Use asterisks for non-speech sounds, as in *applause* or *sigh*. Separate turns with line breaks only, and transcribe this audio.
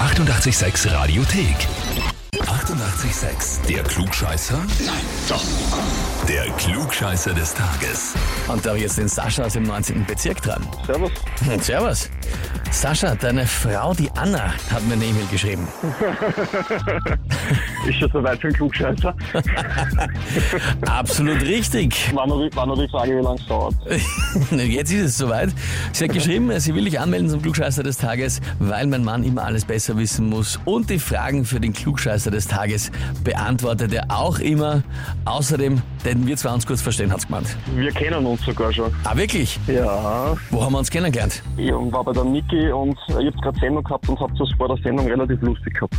886 Radiothek. 88,6. Der Klugscheißer? Nein, doch. Der Klugscheißer des Tages.
Und da habe ich jetzt den Sascha aus dem 19. Bezirk dran.
Servus.
Hm, Servus. Sascha, deine Frau, die Anna, hat mir eine E-Mail geschrieben.
Ist schon soweit für ein Klugscheißer.
Absolut richtig. *laughs*
War nur, die- war nur die Frage, wie lange es dauert.
Jetzt ist es soweit. Sie hat geschrieben, sie will dich anmelden zum Klugscheißer des Tages, weil mein Mann immer alles besser wissen muss. Und die Fragen für den Klugscheißer des Tages beantwortet er auch immer. Außerdem, denn wir zwei uns kurz verstehen, hat's gemeint.
Wir kennen uns sogar schon.
Ah, wirklich?
Ja.
Wo haben wir uns kennengelernt?
Ich war bei der Niki und ich habe gerade Sendung gehabt und habe das vor der Sendung relativ
*laughs*
lustig gehabt.